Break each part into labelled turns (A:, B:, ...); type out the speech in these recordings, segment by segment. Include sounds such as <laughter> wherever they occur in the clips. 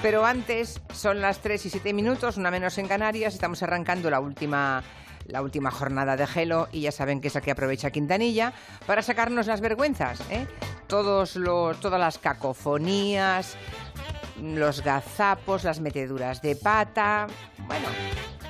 A: Pero antes son las 3 y 7 minutos, una menos en Canarias, estamos arrancando la última la última jornada de Gelo y ya saben que es la que aprovecha Quintanilla para sacarnos las vergüenzas, ¿eh? Todos los, todas las cacofonías, los gazapos, las meteduras de pata. Bueno,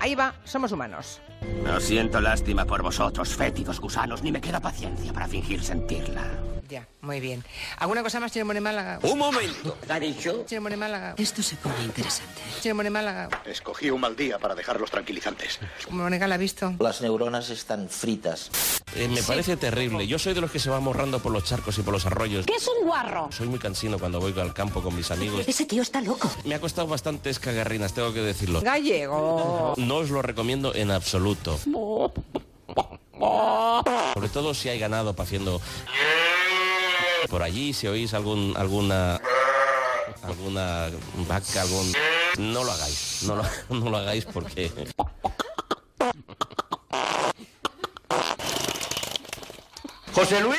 A: ahí va, somos humanos.
B: No siento lástima por vosotros, fétidos gusanos, ni me queda paciencia para fingir sentirla.
A: Ya, muy bien. ¿Alguna cosa más, señor Mone Málaga?
B: ¡Un momento! ¿Ha dicho?
A: Señor Mone Málaga.
C: Esto se pone interesante.
A: Señor Mone Málaga.
D: Escogí un mal día para dejarlos tranquilizantes.
A: Mónica la ha visto.
E: Las neuronas están fritas.
F: Eh, me parece terrible. Yo soy de los que se van morrando por los charcos y por los arroyos.
C: ¿Qué es un guarro?
F: Soy muy cansino cuando voy al campo con mis
C: <laughs>
F: amigos.
C: Ese tío está loco.
F: Me ha costado bastantes cagarrinas, tengo que decirlo.
A: Gallego.
F: No os lo recomiendo en absoluto. Sobre todo si hay ganado paciendo por allí, si oís algún alguna alguna vaca, algún no lo hagáis, no lo, <laughs> no lo hagáis porque
B: ¡José Luis!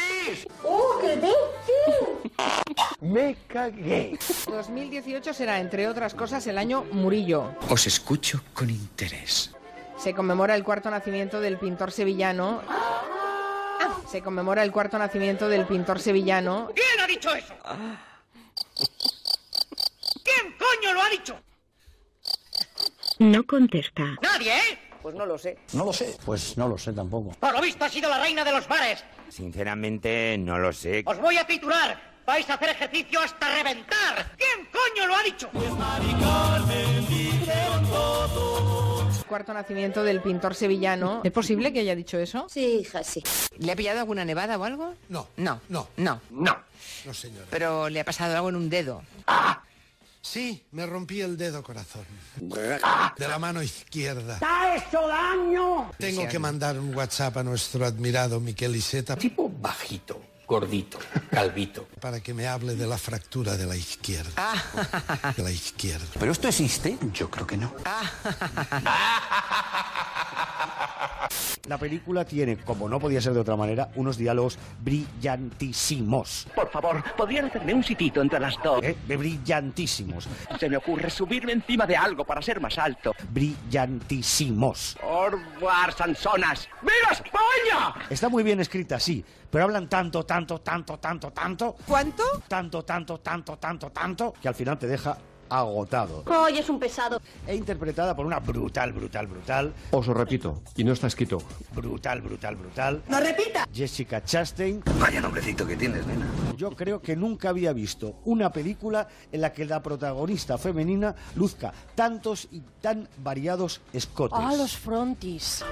G: Me cagué.
A: 2018 será, entre otras cosas, el año Murillo.
H: Os escucho con interés.
A: Se conmemora el cuarto nacimiento del pintor sevillano. Se conmemora el cuarto nacimiento del pintor sevillano.
I: ¿Quién ha dicho eso? ¿Quién coño lo ha dicho?
C: No contesta.
I: Nadie, ¿eh?
A: Pues no lo sé.
G: No lo sé. Pues no lo sé tampoco.
I: Por lo visto ha sido la reina de los mares.
B: Sinceramente, no lo sé.
A: Oh,
I: Os voy a titular. Vais a hacer ejercicio hasta reventar. ¿Quién coño lo ha dicho?
A: Cuarto nacimiento del pintor sevillano. ¿Es posible que haya dicho eso?
C: Sí, hija, sí.
A: ¿Le ha pillado alguna nevada o algo?
G: No.
A: No.
G: No.
A: No.
B: No.
G: No, señora.
A: Pero le ha pasado algo en un dedo.
G: Sí, me rompí el dedo, corazón. De la mano izquierda.
I: ¡Ha hecho daño!
G: Tengo que mandar un WhatsApp a nuestro admirado Miquel Iseta
H: Tipo bajito, gordito, calvito.
G: para que me hable de la fractura de la izquierda. De la izquierda.
H: <laughs> ¿Pero esto existe? Yo creo que no.
J: La película tiene, como no podía ser de otra manera, unos diálogos brillantísimos.
I: Por favor, ¿podrían hacerme un sitito entre las dos?
J: ¿eh? Brillantísimos.
I: Se me ocurre subirme encima de algo para ser más alto.
J: Brillantísimos.
I: Orvar Sansonas. ¡Viva España!
J: Está muy bien escrita, sí, pero hablan tanto, tanto, tanto, tanto, tanto,
A: ¿Cuánto?
J: tanto, tanto, tanto, tanto, tanto, que al final te deja agotado.
C: Hoy es un pesado.
J: E interpretada por una brutal, brutal, brutal,
H: Os lo repito, y no está escrito.
J: brutal, brutal, brutal,
C: ¡No repita!
J: Jessica Chastain.
B: Vaya nombrecito que tienes, nena.
J: Yo creo que nunca había visto una película en la que la protagonista femenina luzca tantos y tan variados escotes.
C: ¡Ah, los frontis!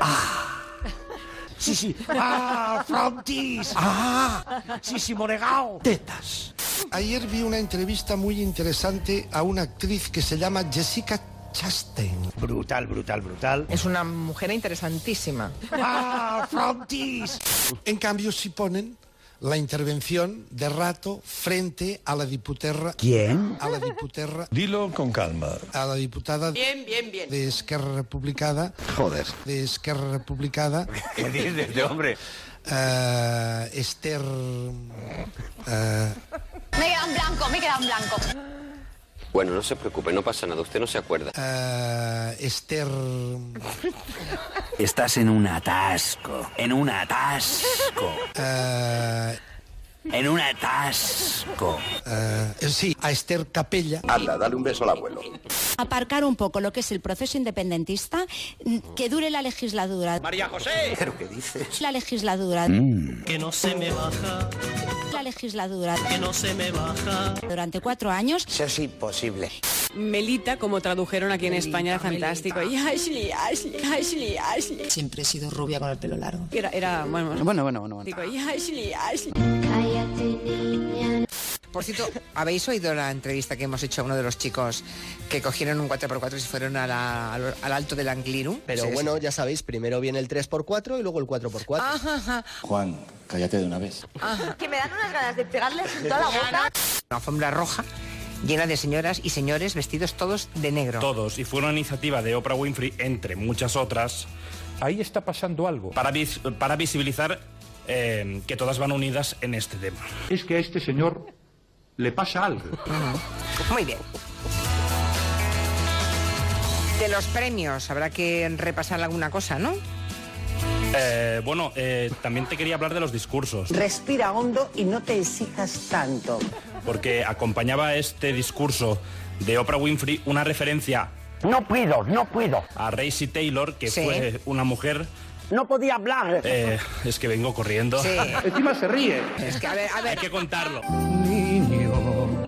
J: Sí, sí. ¡Ah, frontis! ¡Ah! Sí, sí, Moregao. Tetas.
G: Ayer vi una entrevista muy interesante a una actriz que se llama Jessica Chastain.
J: Brutal, brutal, brutal.
A: Es una mujer interesantísima.
J: ¡Ah, frontis!
G: En cambio, si ponen la intervención de rato frente a la diputerra.
J: ¿Quién?
G: A la diputerra.
H: Dilo con calma.
G: A la diputada.
I: Bien, bien, bien.
G: de Esquerra Republicana,
B: Joder.
G: de Esquerra Republicana,
B: <laughs> ¿Qué dices, de hombre?
G: eh, Esther... eh,
C: Me queda en blanco, me queda en blanco.
B: Bueno, no se preocupe, no pasa nada, usted no se acuerda.
G: eh, Esther...
B: Estás en un atasco, en un atasco,
G: eh,
B: en un atasco.
G: eh, sí, a Esther Capella.
D: Anda, dale un beso al abuelo.
C: Aparcar un poco lo que es el proceso independentista, mm, que dure la legislatura.
B: María José. ¿Pero qué dices?
C: La legislatura.
H: Que no se me baja,
C: La legislatura.
H: que no se me baja.
C: Durante cuatro años.
E: Eso es imposible.
K: Melita, como tradujeron aquí en España, era fantástico. Y Ashley, Ashley, Ashley, Ashley.
C: Siempre he sido rubia con el pelo largo.
K: Era, era bueno, bueno,
E: Bueno, bueno, bueno.
K: fantástico. Y Ashley, Ashley.
A: Por cierto, ¿habéis oído la entrevista que hemos hecho a uno de los chicos que cogieron un 4x4 y se fueron a la- al, al alto del Angliru?
H: Pero
A: Sí, sí.
H: bueno, ya sabéis, primero viene el 3x4 y luego el 4x4.
G: Ah.
A: Ajá, ajá.
H: Juan, cállate de una vez.
C: Que me dan unas ganas de pegarles en toda la boca.
A: Una alfombra roja llena de señoras y señores vestidos todos de negro.
H: Todos, y fue una iniciativa de Oprah Winfrey, entre muchas otras. Ahí está pasando algo. Para, vis- para visibilizar eh, que todas van unidas en este tema.
A: Muy bien. De los premios, habrá que repasar alguna cosa, ¿no?
H: Eh, bueno, eh, también te quería hablar de los discursos.
L: Respira hondo y no te exijas tanto.
H: porque acompañaba este discurso de Oprah Winfrey una referencia.
L: No puedo, no puedo.
H: A Racy Taylor, que
L: Sí.
H: fue una mujer.
L: No podía hablar.
H: eh, es que vengo corriendo. <laughs>
L: Sí. Encima se ríe.
A: Es que, a ver, a ver.
H: Hay que contarlo.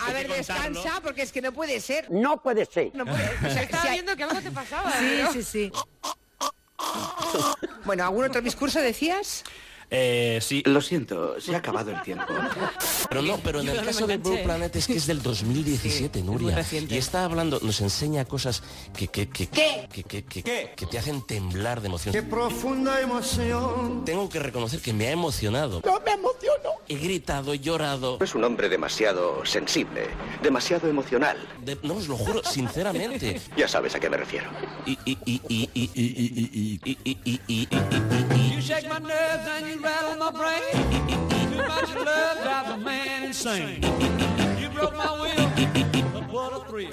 A: A ver, descansa, porque es que no puede ser.
L: No puede ser.
A: No
H: <laughs>
A: puede ser.
M: Se estaba viendo que algo te pasaba.
A: Sí,
M: ¿no?
A: sí, Bueno, ¿algún otro discurso decías?
H: Eh, sí.
B: Lo siento, se ha acabado el tiempo.
F: Pero no, pero en el caso de Blue Planet es que es del 2017, Nuria. Y está hablando, nos enseña cosas que, que, que, que, que, que- que te hacen temblar de emoción.
G: profunda emoción.
F: Tengo que reconocer que me ha emocionado.
G: No me emociono.
F: He gritado, he llorado.
B: Es un hombre demasiado sensible, demasiado emocional.
F: De- no os lo juro, sinceramente.
B: Ya sabes a qué me refiero.
F: Y, y, y, y, y, y, y, y, y, y, y, y.
N: You shake my nerves and you rattle my brain. Too much love drives a man insane. You broke my will, but what a thrill.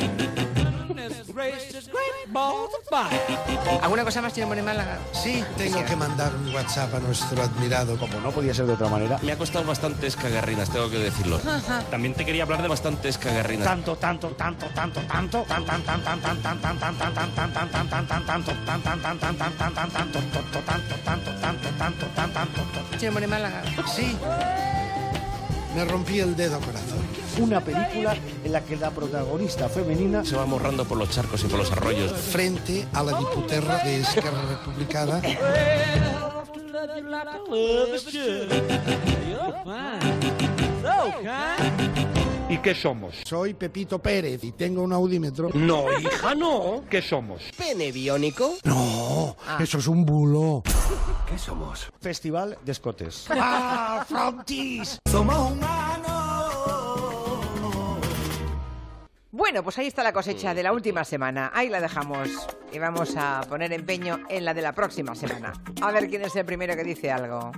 N: Goodness gracious, great balls of fire.
A: ¿Alguna cosa más tiene Málaga?
G: Sí, tengo que mandar un WhatsApp a nuestro admirado. Como
J: no podía ser de otra manera.
F: Me ha costado bastantes cagarrinas, tengo que decirlo.
J: Ajá.
F: También te quería hablar de bastantes cagarrinas.
J: Tanto, tanto, tanto, tanto, tanto, tan, tan, tan, tan, tan, tan, tan, tan, tan, tan, tan, tan, tan, tan, tanto, tan, tan, tan, tan, tan, tan, tan, tanto, tanto, tanto, tanto, tanto, tanto, tan, tanto, tanto.
A: ¿Tiene Málaga?
G: Sí. Me rompí el dedo, corazón.
J: Una película en la que la protagonista femenina
F: Se va morrando por los charcos y por los arroyos.
G: Frente a la diputerra de Esquerra Republicana.
N: Love you like I love a should. You're fine, so kind.
G: ¿Y qué somos? Soy Pepito Pérez y tengo un audímetro. No, hija, no. ¿Qué somos?
O: ¿Pene biónico?
G: No,
O: Ah.
G: eso es un bulo.
O: ¿Qué somos?
J: Festival de Escotes.
G: ¡Ah, Frontis!
O: Somos humanos.
A: Bueno, pues ahí está la cosecha de la última semana. Ahí la dejamos. Y vamos a poner empeño en la de la próxima semana. A ver quién es el primero que dice algo.